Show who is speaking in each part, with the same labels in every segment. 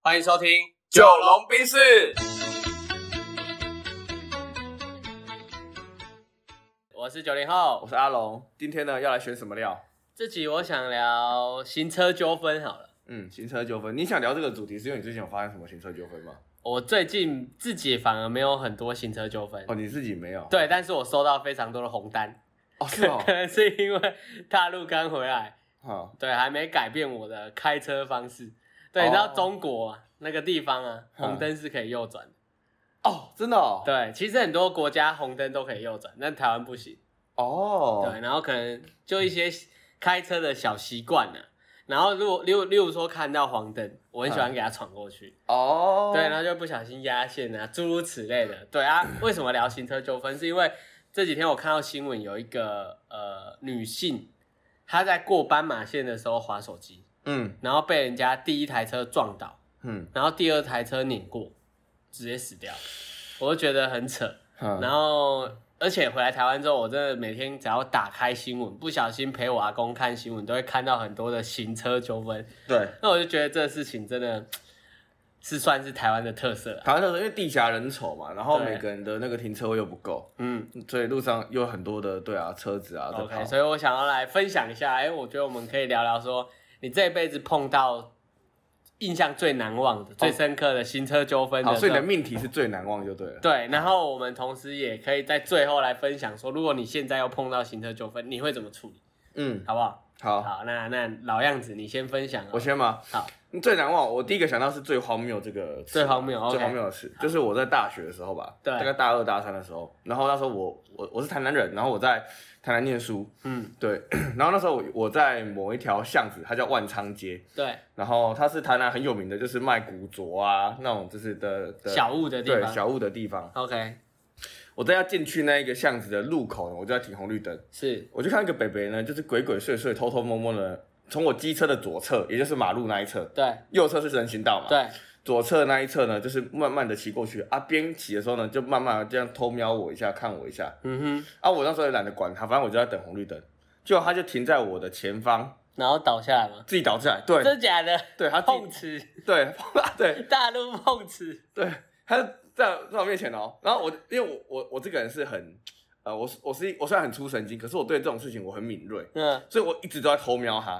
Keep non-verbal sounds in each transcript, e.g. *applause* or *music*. Speaker 1: 欢迎收听《
Speaker 2: 九龙冰室，
Speaker 1: 我是九零后
Speaker 2: 我。是阿龙。今天呢，要来选什么料？
Speaker 1: 这集我想聊行车纠纷好了。
Speaker 2: 嗯，行车纠纷。你想聊这个主题，是因为你之前有发生什么行车纠纷吗？
Speaker 1: 我最近自己反而没有很多行车纠纷，
Speaker 2: 哦，你自己没有？，
Speaker 1: 对，但是我收到非常多的红单，
Speaker 2: 哦，是哦
Speaker 1: *laughs* 可。能是因为大陆刚回来，
Speaker 2: 好，
Speaker 1: 对，还没改变我的开车方式。对，你知道
Speaker 2: 哦
Speaker 1: 中国啊、那个地方啊，
Speaker 2: 嗯
Speaker 1: 红灯是可以右转的。
Speaker 2: 哦，真的哦。
Speaker 1: 对，其实很多国家红灯都可以右转，但台湾不行。对，
Speaker 2: 哦，嗯
Speaker 1: 然后可能就一些开车的小习惯呢。然后如果例如例如说看到黄灯，我很喜欢给他闯过去，
Speaker 2: 哦，
Speaker 1: 对，然后就不小心压线啊，诸如此类的。对啊，为什么聊行车纠纷？是因为这几天我看到新闻有一个呃女性，她在过斑马线的时候划手机，
Speaker 2: 嗯
Speaker 1: 然后被人家第一台车撞倒，
Speaker 2: 嗯
Speaker 1: 然后第二台车碾过，直接死掉，我就觉得很扯。
Speaker 2: 嗯，
Speaker 1: 然后，而且回来台湾之后，我真的每天只要打开新闻，不小心陪我阿公看新闻，都会看到很多的行车纠纷。
Speaker 2: 对，
Speaker 1: 那我就觉得这事情真的是算是台湾的特色、啊。
Speaker 2: 台湾那时候因为地狭人稠嘛，然后
Speaker 1: 对
Speaker 2: 每个人的那个停车位又不够，
Speaker 1: 嗯
Speaker 2: 所以路上又有很多的对啊车子啊在
Speaker 1: ，OK，
Speaker 2: 跑。
Speaker 1: 所以我想要来分享一下，哎，我觉得我们可以聊聊说，你这辈子碰到印象最难忘的、最深刻的行车纠纷
Speaker 2: 好，
Speaker 1: 的
Speaker 2: 所
Speaker 1: 这
Speaker 2: 以你的
Speaker 1: 种。
Speaker 2: 命题是最难忘就对了。
Speaker 1: 对，然后我们同时也可以在最后来分享说，如果你现在要碰到行车纠纷，你会怎么处理，
Speaker 2: 嗯，
Speaker 1: 好不好？
Speaker 2: 好，
Speaker 1: 好，那那老样子，你先分享啊。
Speaker 2: 我先吗？
Speaker 1: 好，
Speaker 2: 最难忘，我第一个想到是最荒谬这个词
Speaker 1: 最荒谬
Speaker 2: 最
Speaker 1: OK
Speaker 2: 荒谬的事，就是我在大学的时候吧，
Speaker 1: 对
Speaker 2: 大概大二大三的时候，然后那时候我我我是台南人，然后我在台南念书，
Speaker 1: 嗯，
Speaker 2: 对， *clears throat* 然后那时候我我在某一条巷子，它叫万昌街，
Speaker 1: 对，
Speaker 2: 然后它是台南很有名的，就是卖古着啊那种就是的的
Speaker 1: 小物的地
Speaker 2: 对
Speaker 1: 方。
Speaker 2: 小物的地方，
Speaker 1: OK，
Speaker 2: 我在要进去那一个巷子的路口呢，我就要停红绿灯，
Speaker 1: 是
Speaker 2: 我就看到一个北北呢，就是鬼鬼祟祟、偷偷摸摸的从我机车的左侧，也就是马路那一侧。
Speaker 1: 对
Speaker 2: 右侧是人行道嘛，
Speaker 1: 对，
Speaker 2: 左侧那一侧呢，就是慢慢的骑过去啊，边骑的时候呢，就慢慢地这样偷瞄我一下，看我一下
Speaker 1: 嗯哼，
Speaker 2: 啊，我那时候也懒得管他，反正我就在等红绿灯，结果他就停在我的前方，
Speaker 1: 然后倒下来吗？
Speaker 2: 自己倒下来，对
Speaker 1: 真假的？哦
Speaker 2: 对，他自
Speaker 1: 碰
Speaker 2: 己
Speaker 1: 瓷，
Speaker 2: 对 *laughs* 对
Speaker 1: 大陆碰瓷。
Speaker 2: 对，他就在在我面前哦，然后我因为我我我这个人是很呃，我是我是我虽然很出神经，可是我对这种事情我很敏锐，
Speaker 1: 嗯，
Speaker 2: 所以我一直都在偷瞄他，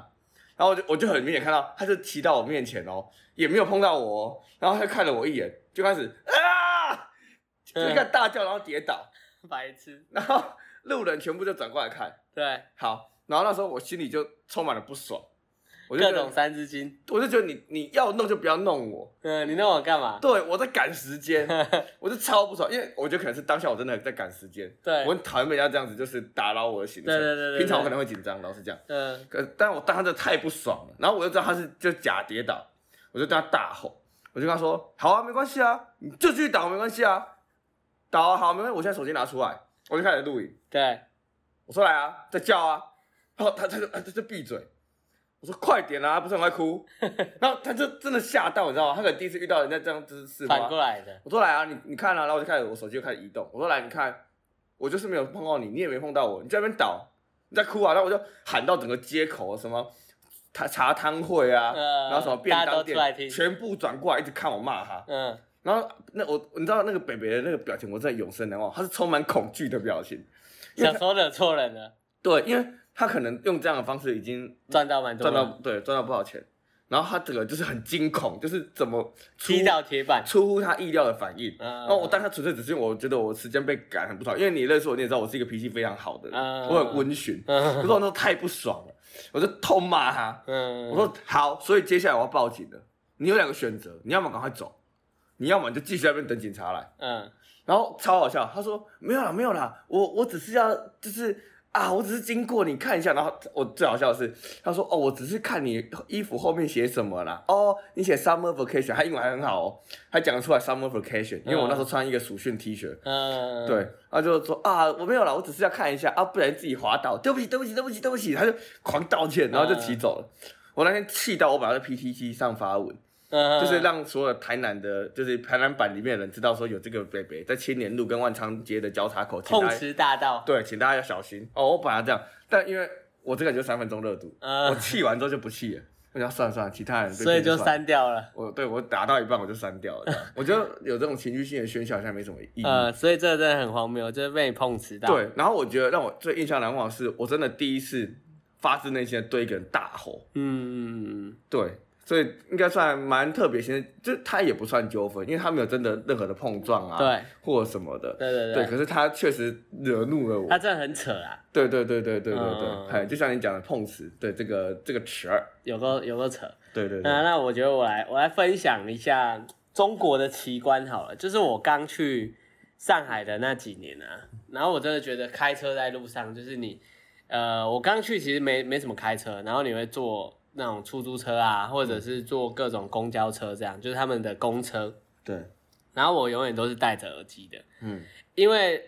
Speaker 2: 然后我就我就很明显看到，他就骑到我面前哦，也没有碰到我、哦，然后他就看了我一眼，就开始啊，就
Speaker 1: 嗯
Speaker 2: 一个大叫，然后跌倒，
Speaker 1: 白痴。
Speaker 2: 然后路人全部就转过来看，
Speaker 1: 对，
Speaker 2: 好，然后那时候我心里就充满了不爽，我就
Speaker 1: 各
Speaker 2: 觉
Speaker 1: 种
Speaker 2: 得，
Speaker 1: 三字经。
Speaker 2: 我就觉得你你要弄就不要弄我，
Speaker 1: 嗯，你弄我干嘛？ *laughs*
Speaker 2: 对我在赶时间， *laughs* 我就超不爽，因为我觉得可能是当下我真的在赶时间，
Speaker 1: 对
Speaker 2: 我很讨厌被人家这样子就是打扰我的行程，
Speaker 1: 对对对对对
Speaker 2: 平常我可能会紧张，老是这样。
Speaker 1: 嗯，
Speaker 2: 可但我当时真的太不爽了，然后我就知道他是就假跌倒，我就对他大吼，我就跟他说：“好啊，没关系啊，你就继续倒没关系啊，倒啊好，没关系，我现在手机拿出来，我就开始录影，
Speaker 1: 对，
Speaker 2: 我说来啊，再叫啊，然后他他就他就闭嘴，我说快点啊，不是很快哭，然后他就真的吓到，你知道吗？他可能第一次遇到人家这样子是
Speaker 1: 反过来的。
Speaker 2: 我说来啊，你你看啊，然后我就开始我手机就开始移动，我说来你看，我就是没有碰到你，你也没碰到我，你在那边倒，你在哭啊，然后我就喊到整个街口什么茶茶汤会啊，
Speaker 1: 呃
Speaker 2: 然后什么便
Speaker 1: 大家都
Speaker 2: 当
Speaker 1: 出来
Speaker 2: 店，
Speaker 1: 听
Speaker 2: 全部转过来一直看我骂他，
Speaker 1: 嗯，
Speaker 2: 然后那我你知道那个北北的那个表情，我真的永生难忘，他是充满恐惧的表情，因为
Speaker 1: 小
Speaker 2: 他
Speaker 1: 时候惹错人了，
Speaker 2: 对，因为他可能用这样的方式已经
Speaker 1: 赚到蛮多
Speaker 2: 赚
Speaker 1: 的，
Speaker 2: 到对赚到不少钱，然后他整个就是很惊恐，就是怎么出
Speaker 1: 踢到铁板。
Speaker 2: 出乎他意料的反应。
Speaker 1: 嗯
Speaker 2: 哦然后我当下纯粹只是因为我觉得我时间被赶很不爽，因为你认识我，你也知道我是一个脾气非常好的人，
Speaker 1: 嗯
Speaker 2: 我很温驯。可
Speaker 1: 嗯
Speaker 2: 是我那时候太不爽了，我就痛骂他，
Speaker 1: 嗯，
Speaker 2: 我说好，所以接下来我要报警了。你有两个选择，你要么赶快走，你要么你就继续在那边等警察来。
Speaker 1: 嗯，
Speaker 2: 然后超好笑，他说没有啦，没有啦，我我只是要就是啊，我只是经过你看一下，然后我最好笑的是，他说哦，我只是看你衣服后面写什么啦，哦，你写 summer vacation，他英文还很好哦，他讲得出来 summer vacation，因为我那时候穿一个暑训 T 恤。
Speaker 1: 嗯，
Speaker 2: 对，，然后就说啊，我没有啦，我只是要看一下啊，不然自己滑倒，对不起，对不起，对不起，对不起，他就狂道歉，然后就骑走了。我那天气到我把那 PTT 上发文，
Speaker 1: 嗯，
Speaker 2: 就是让所有台南的，就是台南版里面的人知道说有这个北北在青年路跟万昌街的交叉口，请
Speaker 1: 碰
Speaker 2: 大家
Speaker 1: 瓷大道。
Speaker 2: 对，请大家要小心哦。我本来这样，但因为我这个人就三分钟热度，
Speaker 1: 嗯
Speaker 2: 我气完之后就不气了，我想算了算了，其他人
Speaker 1: 所以就
Speaker 2: 就算了。
Speaker 1: 删掉了。
Speaker 2: 我对我打到一半我就删掉了这样，我觉得有这种情绪性的喧嚣好像没什
Speaker 1: *laughs*
Speaker 2: 么意义。
Speaker 1: 呃，所以这真的很荒谬，就是啊被你碰瓷到。，
Speaker 2: 嗯对，然后我觉得让我最印象难忘的是，我真的第一次发自内心的对一个人大吼，
Speaker 1: 嗯，
Speaker 2: 对，所以应该算蛮特别。现在就他也不算纠纷，因为他没有真的任何的碰撞啊，，
Speaker 1: 对，
Speaker 2: 或什么的。
Speaker 1: 对对
Speaker 2: 对，可是他确实惹怒了我
Speaker 1: 他。真的很扯啊，
Speaker 2: 对对对对对对
Speaker 1: 嗯
Speaker 2: 对，哎，就像你讲的碰瓷，对这个这个词儿，
Speaker 1: 有个有个扯。
Speaker 2: 对对
Speaker 1: 那
Speaker 2: 对，
Speaker 1: 那我觉得我来我来分享一下中国的奇观好了，就是我刚去上海的那几年啊，然后我真的觉得开车在路上，就是你，呃，我刚去其实没没什么开车，然后你会坐那种出租车啊，或
Speaker 2: 嗯
Speaker 1: 者是坐各种公交车这样，就是他们的公车，
Speaker 2: 对，
Speaker 1: 然后我永远都是戴着耳机的，
Speaker 2: 嗯，
Speaker 1: 因为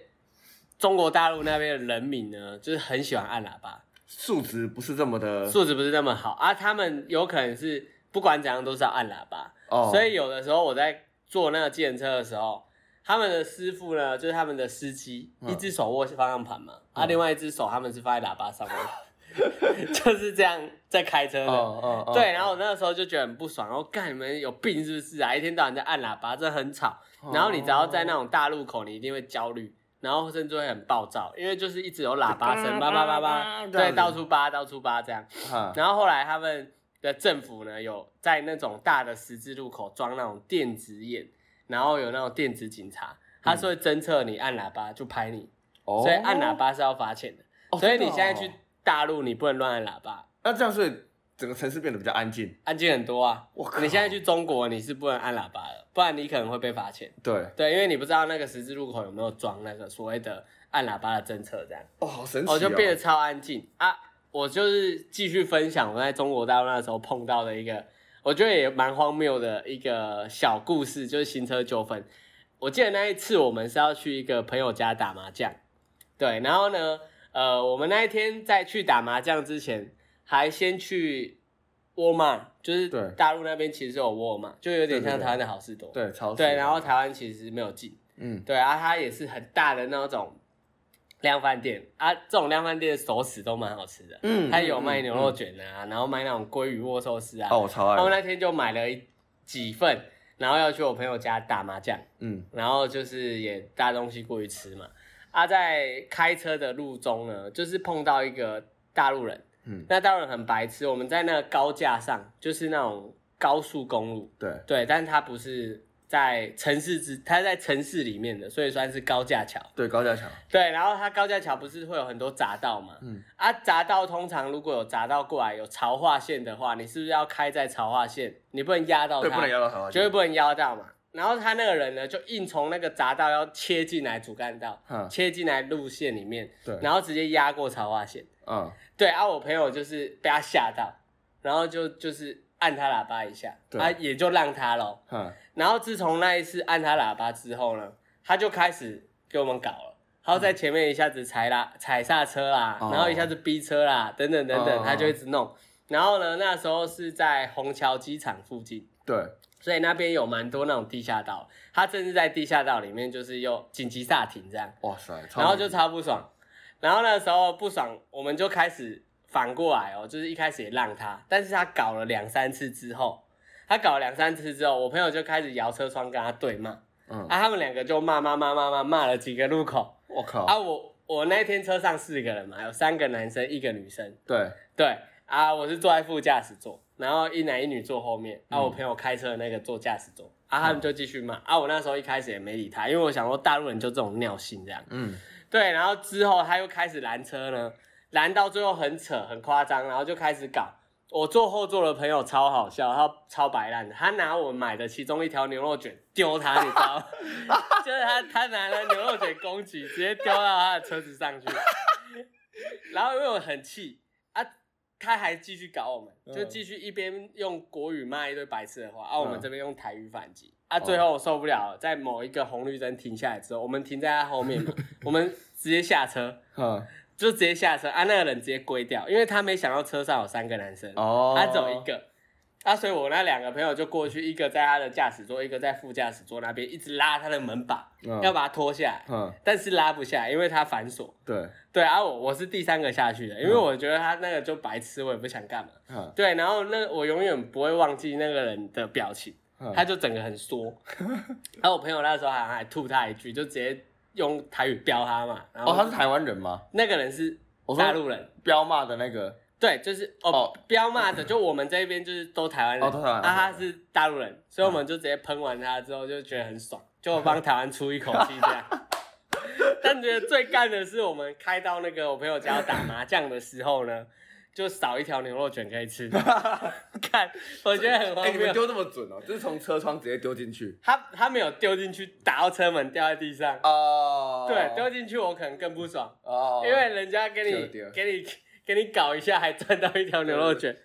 Speaker 1: 中国大陆那边的人民呢，就是很喜欢按喇叭，
Speaker 2: 素质不是这么的
Speaker 1: 素质不是那么好啊，他们有可能是不管怎样都是要按喇叭。
Speaker 2: 哦，
Speaker 1: 所以有的时候我在坐那个计程车的时候，他们的师傅呢，就是他们的司机，
Speaker 2: 嗯
Speaker 1: 一只手握方向盘嘛，啊，另外一只手他们是放在喇叭上面， *laughs* 就是这样在开车的。
Speaker 2: 哦哦哦，
Speaker 1: 对，然后我那个时候就觉得很不爽，然后干你们有病是不是啊？一天到晚在按喇叭，真的很吵。
Speaker 2: 哦
Speaker 1: 然后你只要在那种大路口，你一定会焦虑，然后甚至会很暴躁，因为就是一直有喇叭声，叭叭叭叭，
Speaker 2: 这样
Speaker 1: 对，
Speaker 2: 子
Speaker 1: 到处叭到处叭这样。
Speaker 2: 哈
Speaker 1: 然后后来他们的政府呢，有在那种大的十字路口装那种电子眼，然后有那种电子警察，他是会侦测你按喇叭就拍你，
Speaker 2: 嗯哦
Speaker 1: 所以按喇，叭是要罚钱的。
Speaker 2: 哦
Speaker 1: 所以你现在，
Speaker 2: 真
Speaker 1: 去
Speaker 2: 的哦
Speaker 1: 大陆，你不能乱按喇叭，
Speaker 2: 那这样所以整个城市变得比较安静，
Speaker 1: 安静很多啊。
Speaker 2: 我靠
Speaker 1: 你现在去中国，你是不能按喇叭的，不然你可能会被罚钱。
Speaker 2: 对，
Speaker 1: 对，因为你不知道那个十字路口有没有装那个所谓的按喇叭的侦测，这样。
Speaker 2: 哦，好神奇，
Speaker 1: 哦，就变得超安静啊！我就是继续分享我在中国大陆那时候碰到的一个，我觉得也蛮荒谬的一个小故事，就是行车纠纷。我记得那一次我们是要去一个朋友家打麻将，对，然后呢，呃，我们那一天在去打麻将之前，还先去沃尔玛，就是
Speaker 2: 对
Speaker 1: 大陆那边其实有沃尔玛，就有点
Speaker 2: 对对
Speaker 1: 像
Speaker 2: 对
Speaker 1: 台湾的好事多，
Speaker 2: 对，超市
Speaker 1: 对，然后台湾其实没有进，
Speaker 2: 嗯，
Speaker 1: 对啊，它也是很大的那种量饭店啊，这种量饭店的熟食都蛮好吃的，
Speaker 2: 嗯
Speaker 1: 它有卖牛肉
Speaker 2: 嗯
Speaker 1: 卷啊，然后卖那种鲑鱼握寿司啊。
Speaker 2: 嗯哦，我超
Speaker 1: 然后
Speaker 2: 爱，
Speaker 1: 那天就买了一几份，然后要去我朋友家打麻将，
Speaker 2: 嗯，
Speaker 1: 然后就是也大东西过去吃嘛。啊，在开车的路中呢，就是碰到一个大陆人，
Speaker 2: 嗯
Speaker 1: 那大陆人很白痴，我们在那个高架上，就是那种高速公路，
Speaker 2: 对，
Speaker 1: 对，但它不是在城市之，它在城市里面的，所以算是高架桥。
Speaker 2: 对，高架桥，
Speaker 1: 对，然后它高架桥不是会有很多匝道嘛？
Speaker 2: 嗯，
Speaker 1: 啊，匝道通常如果有匝道过来有潮化线的话，你是不是要开在潮化线？你不能压到它，
Speaker 2: 对，不能压到台湾，
Speaker 1: 绝对不能压到嘛。然后他那个人呢，就硬从那个匝道要切进来主干道，
Speaker 2: 嗯
Speaker 1: 切进来路线里面，
Speaker 2: 对，
Speaker 1: 然后直接压过潮化线。
Speaker 2: 嗯，
Speaker 1: 对啊，我朋友就是被他吓到，然后就就是按他喇叭一下，
Speaker 2: 对
Speaker 1: 啊，也就让他咯。
Speaker 2: 哈，
Speaker 1: 然后自从那一次按他喇叭之后呢，他就开始给我们搞了。他在前面一下子踩啦、踩刹车啦，
Speaker 2: 哦
Speaker 1: 然后一下子逼车啦，等等等等，
Speaker 2: 哦
Speaker 1: 他就一直弄。然后呢，那时候是在虹桥机场附近，
Speaker 2: 对，
Speaker 1: 所以那边有蛮多那种地下道。他甚至在地下道里面就是又紧急刹停这样，
Speaker 2: 哇塞，超
Speaker 1: 然后就
Speaker 2: 级
Speaker 1: 超不爽。然后那时候不爽，我们就开始反过来哦，就是一开始也让他，但是他搞了两三次之后，他搞了两三次之后，我朋友就开始摇车窗跟他对骂，
Speaker 2: 嗯，
Speaker 1: 啊，他们两个就骂骂骂骂骂骂了几个路口，
Speaker 2: 我靠，
Speaker 1: 啊，我我那天车上四个人嘛，有三个男生一个女生，
Speaker 2: 对，
Speaker 1: 对啊，我是坐在副驾驶座，然后一男一女坐后面，啊，
Speaker 2: 嗯
Speaker 1: 我朋友开车的那个坐驾驶座，啊，他们就继续骂，啊，我那时候一开始也没理他，因为我想说大陆人就这种尿性这样。
Speaker 2: 嗯，
Speaker 1: 对，然后之后他又开始拦车呢，拦到最后很扯很夸张，然后就开始搞。我坐后座的朋友超好笑，他超白烂的，他拿我买的其中一条牛肉卷丢他，你知道吗？ *laughs* 就是他他拿了牛肉卷攻击，直接丢到他的车子上去。 *laughs* 然后因为我很气啊，他还继续搞我们，就
Speaker 2: 嗯
Speaker 1: 继续一边用国语骂一堆白痴的话，啊，我们
Speaker 2: 嗯哦
Speaker 1: 这边用台语反击。啊，最后我受不了了，在某一个红绿灯停下来之后，我们停在他后面
Speaker 2: *laughs*
Speaker 1: 嘛，我们直接下车，
Speaker 2: 哈，
Speaker 1: 就直接下车啊！那个人直接归掉，因为他没想到车上有三个男生，
Speaker 2: 哦，
Speaker 1: 他只有一，个，啊，所以我那两个朋友就过去，一个在他的驾驶座，一个在副驾驶座那边，一直拉他的门把，
Speaker 2: 嗯
Speaker 1: 要把他拖下来，
Speaker 2: 嗯，
Speaker 1: 但是拉不下来，因为他反锁。
Speaker 2: 对，
Speaker 1: 对啊，我我是第三个下去的，因为
Speaker 2: 嗯
Speaker 1: 我觉得他那个就白痴，我也不想干嘛。
Speaker 2: 嗯，
Speaker 1: 对，然后那我永远不会忘记那个人的表情，
Speaker 2: 嗯
Speaker 1: 他就整个很缩。
Speaker 2: *laughs*
Speaker 1: 然后我朋友那时候还还吐他一句，就直接用台语飙他嘛。然后、
Speaker 2: 哦，他是台湾人吗？
Speaker 1: 那个人是
Speaker 2: 我说
Speaker 1: 大陆人，
Speaker 2: 彪骂的那个，
Speaker 1: 对，就是哦
Speaker 2: 哦，
Speaker 1: 彪骂的，就我们这边就是都台湾人，
Speaker 2: 哦嗯都台湾人
Speaker 1: 啊，他是大陆人，所以我们就直接喷完他之后就觉得很爽，就帮台湾出一口气这
Speaker 2: *laughs*
Speaker 1: 样。但觉得最干的是，我们开到那个我朋友家要打麻将的时候呢，就少一条牛肉卷可以吃。 *laughs* 看，我觉得很
Speaker 2: 哎，
Speaker 1: 荒
Speaker 2: 你们
Speaker 1: 谬。
Speaker 2: 丢这么准哦，就是从车窗直接丢进去。
Speaker 1: 他他没有丢进去，打到车门掉在地上。
Speaker 2: 哦，
Speaker 1: 对，丢进去我可能更不爽。
Speaker 2: 哦，
Speaker 1: 因为人家给你
Speaker 2: 丢丢
Speaker 1: 给你给你搞一下，还赚到一条牛肉卷，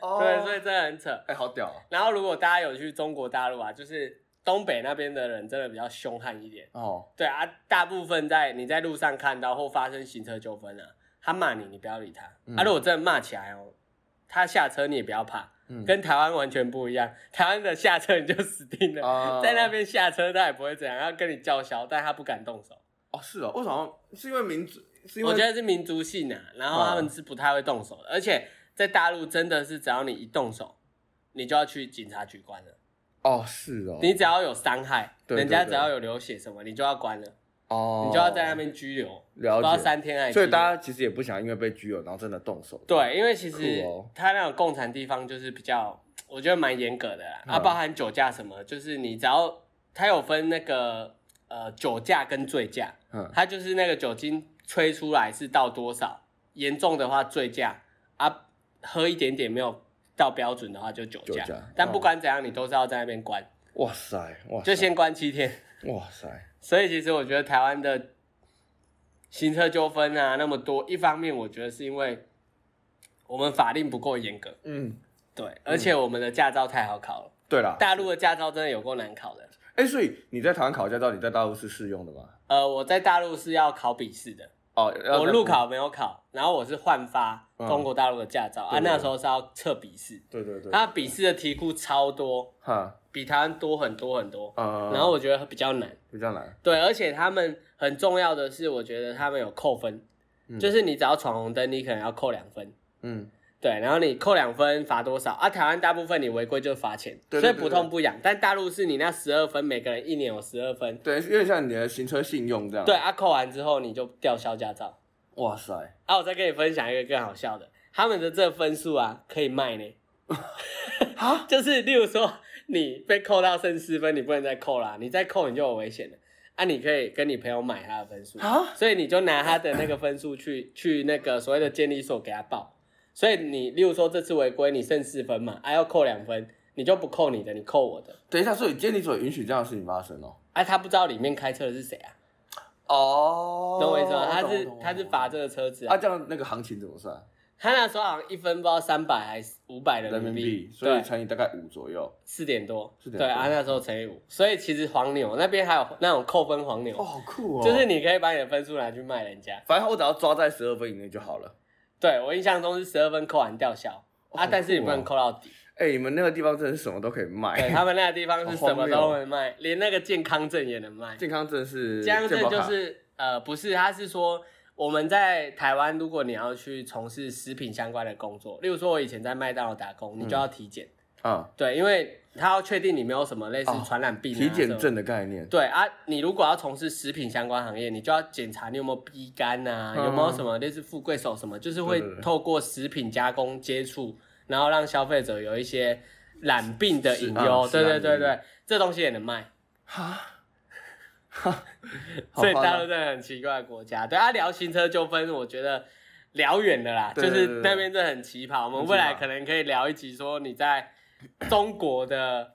Speaker 2: 哦
Speaker 1: 对，所以真的很扯。
Speaker 2: 哎，好屌哦
Speaker 1: 然后如果大家有去中国大陆啊，就是东北那边的人真的比较凶悍一点，
Speaker 2: 哦，
Speaker 1: 对啊，大部分在你在路上看到或发生行车纠纷啊，他骂你，你不要理他。
Speaker 2: 嗯
Speaker 1: 啊，如果真的骂起来哦，他下车你也不要怕，
Speaker 2: 嗯
Speaker 1: 跟台湾完全不一样。台湾的下车你就死定了，
Speaker 2: 哦
Speaker 1: 在那边下车他也不会怎样，要跟你叫嚣，但他不敢动手。
Speaker 2: 哦，是哦，为什么？是因为民族，是因为
Speaker 1: 我觉得是民族性啊，然后他们是不太会动手的，而且在大陆真的是只要你一动手，你就要去警察局关了。
Speaker 2: 哦，是哦，
Speaker 1: 你只要有伤害，
Speaker 2: 对
Speaker 1: 人家
Speaker 2: 对对
Speaker 1: 只要有流血什么，你就要关了，
Speaker 2: 哦，
Speaker 1: 你就要在那边拘留，不
Speaker 2: 了
Speaker 1: 知道
Speaker 2: 解，
Speaker 1: 三天还是几
Speaker 2: 所
Speaker 1: 天。
Speaker 2: 以大家其实也不想因为被拘留，然后真的动手。，
Speaker 1: 对，因为其实
Speaker 2: 酷哦
Speaker 1: 他那种共产地方就是比较，我觉得蛮严格的啦。啊，
Speaker 2: 嗯
Speaker 1: 包含酒驾什么，就是你只要他有分那个呃酒驾跟醉驾，
Speaker 2: 嗯，
Speaker 1: 它就是那个酒精吹出来是到多少，严重的话醉驾啊，喝一点点没有到标准的话就酒
Speaker 2: 酒
Speaker 1: 驾。
Speaker 2: 驾嗯啊
Speaker 1: 但不管怎样，你都是要在那边关，
Speaker 2: 哇塞，哇塞，
Speaker 1: 就先关七天。
Speaker 2: 哇塞，
Speaker 1: 所以其实我觉得台湾的行车纠纷啊那么多，一方面我觉得是因为我们法令不够严格，
Speaker 2: 嗯，
Speaker 1: 对，而且我们的驾照太好考了，
Speaker 2: 对啦，
Speaker 1: 大陆的驾照真的有够难考的。
Speaker 2: 哎，所以你在台湾考驾照，你在大陆是适用的吗？
Speaker 1: 呃，我在大陆是要考笔试的，
Speaker 2: 哦，要
Speaker 1: 我
Speaker 2: 在
Speaker 1: 路，考没有考，然后我是换发
Speaker 2: 嗯
Speaker 1: 中国大陆的驾照、啊，
Speaker 2: 对对对
Speaker 1: 那时候是要测笔试，
Speaker 2: 对对对，
Speaker 1: 那笔试的题库超多，
Speaker 2: 哈，
Speaker 1: 比台湾多很多很多，
Speaker 2: 呃，
Speaker 1: 然后我觉得比较难。
Speaker 2: 比较难，
Speaker 1: 对，而且他们很重要的是，我觉得他们有扣分，
Speaker 2: 嗯
Speaker 1: 就是你只要闯红灯，你可能要扣两分。
Speaker 2: 嗯，
Speaker 1: 对，然后你扣两分罚多少啊？台湾大部分你违规就罚钱，
Speaker 2: 对对
Speaker 1: 所
Speaker 2: 对
Speaker 1: 以不痛不痒。但大陆是你那十二分，每个人一年有十二分，
Speaker 2: 对，有点像你的行车信用这样。
Speaker 1: 对，啊，扣完之后你就吊销驾照。
Speaker 2: 哇塞，
Speaker 1: 啊，我再跟你分享一个更好笑的，他们的这分数啊可以卖呢。 *laughs*
Speaker 2: 啊，
Speaker 1: 就是例如说你被扣到剩四分，你不能再扣啦，你再扣你就有危险了。啊，你可以跟你朋友买他的分数
Speaker 2: 啊
Speaker 1: 所以你就拿他的那个分数去去那个所谓的监理所给他报。所以你例如说这次违规你剩四分嘛，啊要扣两分，你就不扣你的，你扣我的。
Speaker 2: 等一下，所以监理所允许这样的事情发生哦。
Speaker 1: 啊，他不知道里面开车的是谁啊，
Speaker 2: 哦
Speaker 1: 懂我意思吗？他
Speaker 2: 懂
Speaker 1: 是
Speaker 2: 懂
Speaker 1: 他是
Speaker 2: 懂
Speaker 1: 罚这个车子啊
Speaker 2: 啊，，这样那个行情怎么算？
Speaker 1: 他那时候好像一分不知道三百还是五百人
Speaker 2: 人民
Speaker 1: 民
Speaker 2: 币，
Speaker 1: 币，
Speaker 2: 所以
Speaker 1: 对，
Speaker 2: 乘以大概五左右。
Speaker 1: 四点多，
Speaker 2: 4
Speaker 1: 对
Speaker 2: 点多
Speaker 1: 啊，那时候乘以五，所以其实黄牛那边还有那种扣分黄牛，
Speaker 2: 哦，好酷哦！
Speaker 1: 就是，你可以把你的分数拿去卖人家。
Speaker 2: 反正我只要抓在十二分以内就好了。
Speaker 1: 对我印象中是十二分扣完吊销、
Speaker 2: 哦
Speaker 1: 啊
Speaker 2: 好，
Speaker 1: 但是你不
Speaker 2: 酷哦
Speaker 1: 能扣到底。
Speaker 2: 哎，你们那个地方真的是什么都可以 *laughs*
Speaker 1: 对
Speaker 2: 卖，
Speaker 1: 他们那个地方是
Speaker 2: 好
Speaker 1: 什
Speaker 2: 荒
Speaker 1: 么
Speaker 2: 谬
Speaker 1: 都会卖，连那个健康证也能卖。
Speaker 2: 健康证是
Speaker 1: 健康证
Speaker 2: 保
Speaker 1: 就
Speaker 2: 卡
Speaker 1: 是呃，不是，他是说我们在台湾，如果你要去从事食品相关的工作，例如说我以前在麦当劳打工，你就要体检。
Speaker 2: 啊，
Speaker 1: 对，因为他要确定你没有什么类似
Speaker 2: 哦
Speaker 1: 传染病、啊
Speaker 2: 体
Speaker 1: 什么
Speaker 2: 检证的概念。
Speaker 1: 对啊，你如果要从事食品相关行业，你就要检查你有没有逼肝呐、
Speaker 2: 嗯
Speaker 1: 有没有什么类似富贵手什么，就是会
Speaker 2: 对对对
Speaker 1: 透过食品加工接触，然后让消费者有一些染病的隐
Speaker 2: 是
Speaker 1: 忧。
Speaker 2: 啊
Speaker 1: 对
Speaker 2: 是啊
Speaker 1: 对对
Speaker 2: 嗯
Speaker 1: 对，这东西也能卖，
Speaker 2: 哈，哈，
Speaker 1: 所以
Speaker 2: 好夸
Speaker 1: 大
Speaker 2: 张
Speaker 1: 陆真的很奇怪的国家。对啊，聊行车纠纷，我觉得聊远了啦，
Speaker 2: 对对对
Speaker 1: 就是
Speaker 2: 对对
Speaker 1: 那边真的很奇葩。我们
Speaker 2: 很奇葩
Speaker 1: 未来可能可以聊一集，说你在中国的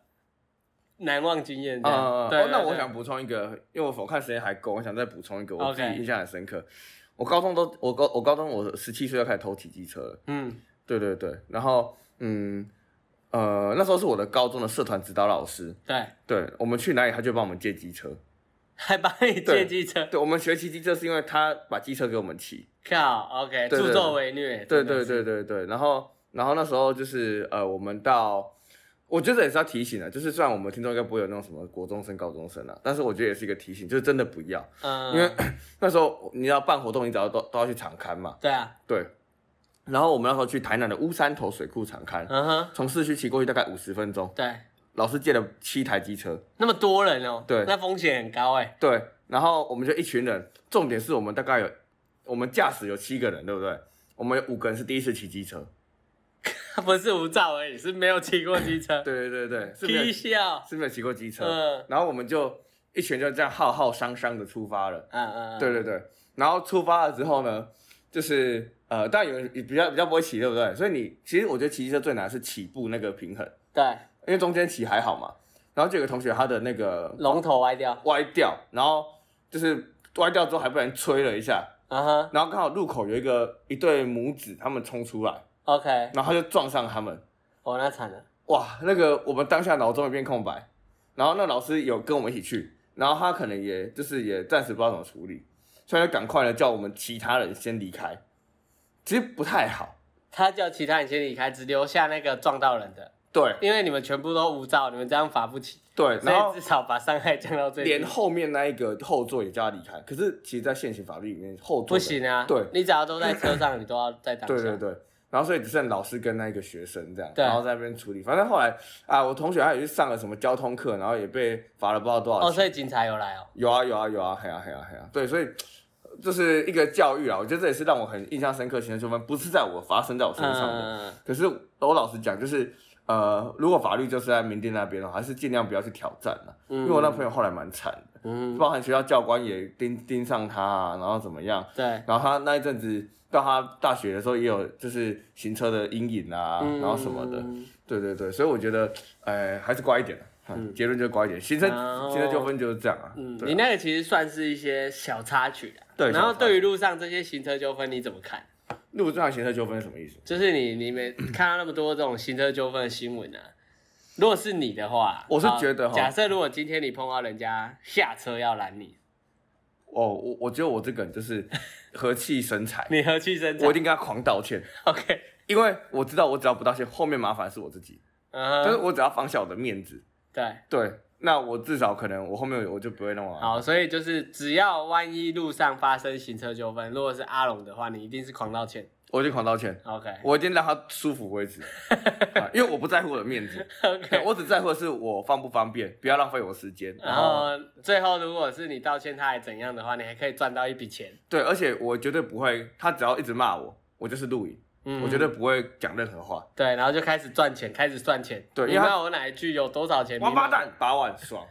Speaker 1: 难忘经验这样。
Speaker 2: 啊，
Speaker 1: 对
Speaker 2: 哦，那
Speaker 1: 对
Speaker 2: 我
Speaker 1: 对
Speaker 2: 想补充一个，因为我我看时间还够，我想再补充一个，我自
Speaker 1: OK
Speaker 2: 己印象很深刻。我高中都，我高我高中我十七岁就开始偷骑机车了，
Speaker 1: 嗯
Speaker 2: 对对对，然后嗯呃那时候是我的高中的社团指导老师，
Speaker 1: 对。
Speaker 2: 对我们去哪里他就帮我们借机车，
Speaker 1: 还帮你借
Speaker 2: 对
Speaker 1: 机车，
Speaker 2: 对我们学骑机车是因为他把机车给我们骑，
Speaker 1: 靠，OK，
Speaker 2: 对对
Speaker 1: 助纣为虐，
Speaker 2: 对
Speaker 1: 真的
Speaker 2: 对
Speaker 1: 是
Speaker 2: 对对对，然后然后那时候就是呃我们到我觉得也是要提醒的，就是虽然我们听众应该不会有那种什么国中生、高中生了、但是我觉得也是一个提醒，就是真的不要，
Speaker 1: 嗯，
Speaker 2: 因为 *clears throat* 那时候你要办活动，你只要都都要去场刊嘛，
Speaker 1: 对啊，
Speaker 2: 对。然后我们那时候去台南的乌山头水库场刊，
Speaker 1: 嗯哼，
Speaker 2: 从市区骑过去大概五十分钟，
Speaker 1: 对，
Speaker 2: 老师借了七台机车，
Speaker 1: 那么多人哦，
Speaker 2: 对
Speaker 1: 那风险很高哎，
Speaker 2: 对，然后我们就一群人，重点是我们大概有我们驾驶有七个人，对不对？我们有五个人是第一次骑机车，
Speaker 1: *laughs* 不是无照而已，是没有骑过机车，
Speaker 2: 对对对对，是没有
Speaker 1: 踢笑，
Speaker 2: 是没有骑过机车，
Speaker 1: 嗯
Speaker 2: 然后我们就一群就这样浩浩汤汤的出发了。
Speaker 1: 嗯嗯，
Speaker 2: 对
Speaker 1: 嗯，
Speaker 2: 对对，然后出发了之后呢，就是呃，但有人比较比较不会骑，对不对？所以你其实我觉得骑机车最难的是起步那个平衡，
Speaker 1: 对，
Speaker 2: 因为中间骑还好嘛。然后就有个同学他的那个
Speaker 1: 龙头歪掉，
Speaker 2: 歪掉，然后就是歪掉之后还被人吹了一下，
Speaker 1: 嗯哼
Speaker 2: 然后刚好路口有一个一对母子，他们冲出来，
Speaker 1: ，OK，
Speaker 2: 然后他就撞上他们，
Speaker 1: 哦，那惨了，
Speaker 2: 哇，那个我们当下脑中一片空白。然后那老师有跟我们一起去，然后他可能也就是也暂时不知道怎么处理，所以他就赶快呢叫我们其他人先离开，其实不太好。
Speaker 1: 他叫其他人先离开，只留下那个撞到人的，
Speaker 2: 对
Speaker 1: 因为你们全部都无照，你们这样罚不起，
Speaker 2: 对，
Speaker 1: 所
Speaker 2: 然后
Speaker 1: 以至少把伤害降到最低
Speaker 2: 连。后面那一个后座也叫他离开，可是其实，在现行法律里面，后座
Speaker 1: 不
Speaker 2: 的
Speaker 1: 行啊，
Speaker 2: 对
Speaker 1: 你只要都在车上，你都要在当下。
Speaker 2: 对对对，然后所以只剩老师跟那个学生这样，
Speaker 1: 对
Speaker 2: 然后在那边处理。反正后来啊，我同学他也去上了什么交通课，然后也被罚了不知道多少
Speaker 1: 哦，
Speaker 2: 钱。
Speaker 1: 所以警察有来哦。
Speaker 2: 有啊有啊有啊，嘿啊嘿啊嘿啊，对，所以这是一个教育啊，我觉得这也是让我很印象深刻。行政纠纷不是在我发生在我身上的，
Speaker 1: 嗯，
Speaker 2: 可是我老实讲，就是呃，如果法律就是在民定那边的话，还是尽量不要去挑战了、
Speaker 1: 因
Speaker 2: 因为我那朋友后来蛮惨的，
Speaker 1: 嗯，
Speaker 2: 包含学校教官也盯盯上他、啊，然后怎么样，
Speaker 1: 对，
Speaker 2: 然后他那一阵子到他大学的时候也有就是行车的阴影啊，
Speaker 1: 嗯
Speaker 2: 然后什么的，对对对，所以我觉得，呃，还是乖一点、嗯、结论就是乖一点，行车
Speaker 1: 然后
Speaker 2: 行车纠纷就是这样啊，
Speaker 1: 嗯，
Speaker 2: 对啊
Speaker 1: 你那个其实算是一些小插曲啦。
Speaker 2: 对
Speaker 1: 然后
Speaker 2: 小插曲
Speaker 1: 对于路上这些行车纠纷你怎么看？
Speaker 2: 路上行车纠纷是什么意思？
Speaker 1: 就是你你
Speaker 2: *clears throat*
Speaker 1: 每看到那么多这种行车纠纷的新闻啊，如果是你的话，
Speaker 2: 我是
Speaker 1: 好
Speaker 2: 觉得哈
Speaker 1: 假设如果今天你碰到人家下车要拦你，，
Speaker 2: 哦，我我觉得我这个人就是 *laughs* 和气生财
Speaker 1: 你何去生
Speaker 2: 我
Speaker 1: 财
Speaker 2: 一定跟他狂道歉，
Speaker 1: ？OK， *laughs*
Speaker 2: 因为我知道我只要不道歉，后面麻烦是我自己，
Speaker 1: 嗯
Speaker 2: 但是
Speaker 1: 哼，
Speaker 2: 我只要放下我的面子，
Speaker 1: 对。
Speaker 2: 对，那我至少可能我后面我就不会那啊么麻烦
Speaker 1: 好，所以就是只要万一路上发生行车纠纷，如果是阿龙的话，你一定是狂道歉。
Speaker 2: 我就狂道歉，
Speaker 1: OK
Speaker 2: 我一定让他舒服为 *laughs* 止，啊因为我不在乎我的面子。对
Speaker 1: OK，
Speaker 2: 我只在乎的是我方不方便，不要浪费我时间。
Speaker 1: 然后最后如果是你道歉他还怎样的话，你还可以赚到一笔钱。
Speaker 2: 对，而且我绝对不会，他只要一直骂我，我就是录影，
Speaker 1: 嗯
Speaker 2: 我绝对不会讲任何话。
Speaker 1: 对，然后就开始赚钱，开始算钱。
Speaker 2: 对
Speaker 1: 你
Speaker 2: 因为他
Speaker 1: 骂我哪一句有多少钱？
Speaker 2: 王八
Speaker 1: 你骂
Speaker 2: 蛋，八万爽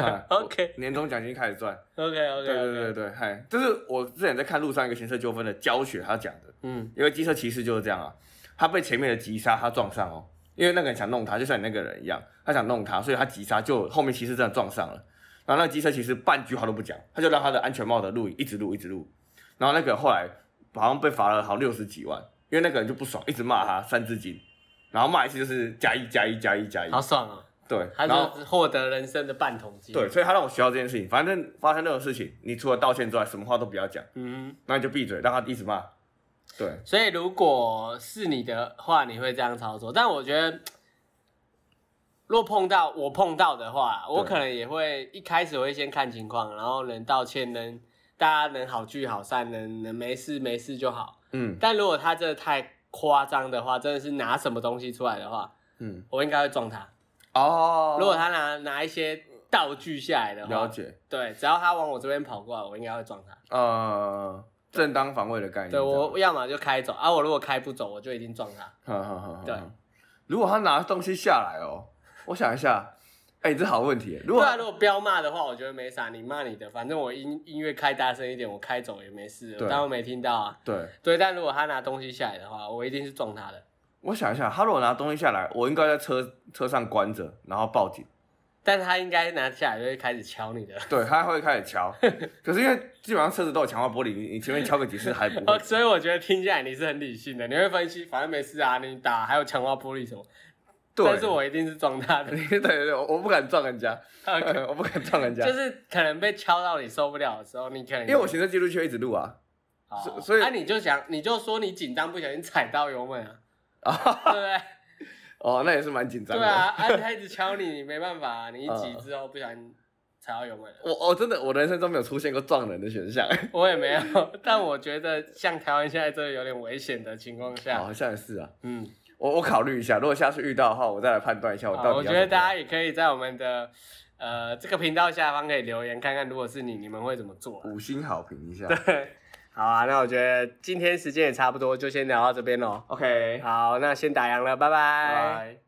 Speaker 2: 啊
Speaker 1: OK
Speaker 2: 我年终奖金开始赚。
Speaker 1: ！OK OK
Speaker 2: 对对
Speaker 1: OK，
Speaker 2: 对对，嗨，这是我之前在看路上一个行车纠纷的教学，他讲的，
Speaker 1: 嗯
Speaker 2: 因为机车骑士就是这样啊，他被前面的急刹他撞上哦，因为那个人想弄他，就像你那个人一样，他想弄他，所以他急刹就后面骑士真的撞上了，然后那个机车骑士半句话都不讲，他就让他的安全帽的录影一直录一直录，然后那个人后来好像被罚了好像六十几万，因为那个人就不爽，一直骂他三字经，然后骂一次就是加一加一加一加一
Speaker 1: 好，爽哦！
Speaker 2: 对，
Speaker 1: 他
Speaker 2: 然后。
Speaker 1: 就获得人生的半桶金。
Speaker 2: 对，，所以他让我学到这件事情。反正发生任何事情，你除了道歉之外，什么话都不要讲，
Speaker 1: 嗯。
Speaker 2: 那你就闭嘴，让他一直骂。对，
Speaker 1: 所以如果是你的话，你会这样操作。但我觉得，若碰到我碰到的话，我
Speaker 2: 对
Speaker 1: 可能也会一开始我会先看情况，然后能道歉，能大家能好聚好散，能能没事没事就好。
Speaker 2: 嗯
Speaker 1: 但如果他真的太夸张的话，真的是拿什么东西出来的话，
Speaker 2: 嗯，
Speaker 1: 我应该会撞他。
Speaker 2: 哦
Speaker 1: 如果他拿拿一些道具下来的
Speaker 2: 了
Speaker 1: 话，
Speaker 2: 解，
Speaker 1: 对，只要他往我这边跑过来，我应该会撞他。
Speaker 2: 呃，正当防卫的概念。
Speaker 1: 对我
Speaker 2: 这
Speaker 1: 我要么就开走啊，我如果开不走，我就一定撞他。
Speaker 2: 样，好好好，好
Speaker 1: 对。
Speaker 2: 如果他拿东西下来哦，我想一下，哎、这好问题。
Speaker 1: 对
Speaker 2: 如果
Speaker 1: 啊，如果不要骂的话，我觉得没啥，你骂你的，反正我音音乐开大声一点，我开走也没事，我
Speaker 2: 对
Speaker 1: 当我没听到啊。
Speaker 2: 对，
Speaker 1: 对，但如果他拿东西下来的话，我一定是撞他的。
Speaker 2: 我想一下，他如果拿东西下来，我应该在车车上关着，然后报警。
Speaker 1: 但他应该拿下来就会开始敲你的，
Speaker 2: 对，他会开始敲，
Speaker 1: *laughs*
Speaker 2: 可是因为基本上车子都有强化玻璃，你你前面敲个几次还不会
Speaker 1: 哦，所以我觉得听下来你是很理性的，你会分析，反正没事啊，你打还有强化玻璃什么，
Speaker 2: 对，
Speaker 1: 但是我一定是撞他的，
Speaker 2: *laughs* 对对对，我我不敢撞人家， *laughs* 我不敢撞人家，
Speaker 1: 就是可能被敲到你受不了的时候，你可能
Speaker 2: 因为我行车记录器会一直录啊。
Speaker 1: 哦
Speaker 2: 所以 *laughs*
Speaker 1: 那、你就想，你就说你紧张不小心踩到油门啊，
Speaker 2: 啊，
Speaker 1: 对不对？
Speaker 2: 哦，那也是蛮紧张
Speaker 1: 对
Speaker 2: 的。
Speaker 1: 啊，啊他一直敲你，你没办法、啊，你一挤之后不小心踩到油门了。
Speaker 2: 我我真的我人生中没有出现过撞人的选项，
Speaker 1: 我也没有， *laughs* 但我觉得像台湾现在这个有点危险的情况下，
Speaker 2: 好像也是啊。
Speaker 1: 嗯，
Speaker 2: 我我考虑一下，如果下次遇到的话，我再来判断一下我
Speaker 1: 好
Speaker 2: 到
Speaker 1: 我
Speaker 2: 底
Speaker 1: 觉
Speaker 2: 要怎么
Speaker 1: 得
Speaker 2: 样。
Speaker 1: 大家也可以在我们的呃这个频道下方可以留言看看，如果是你，你们会怎么做啊、
Speaker 2: 五星好评一下。
Speaker 1: *laughs* 好啊，那我觉得今天时间也差不多，就先聊到这边喽。
Speaker 2: OK，
Speaker 1: 好，那先打烊了，拜拜
Speaker 2: 拜。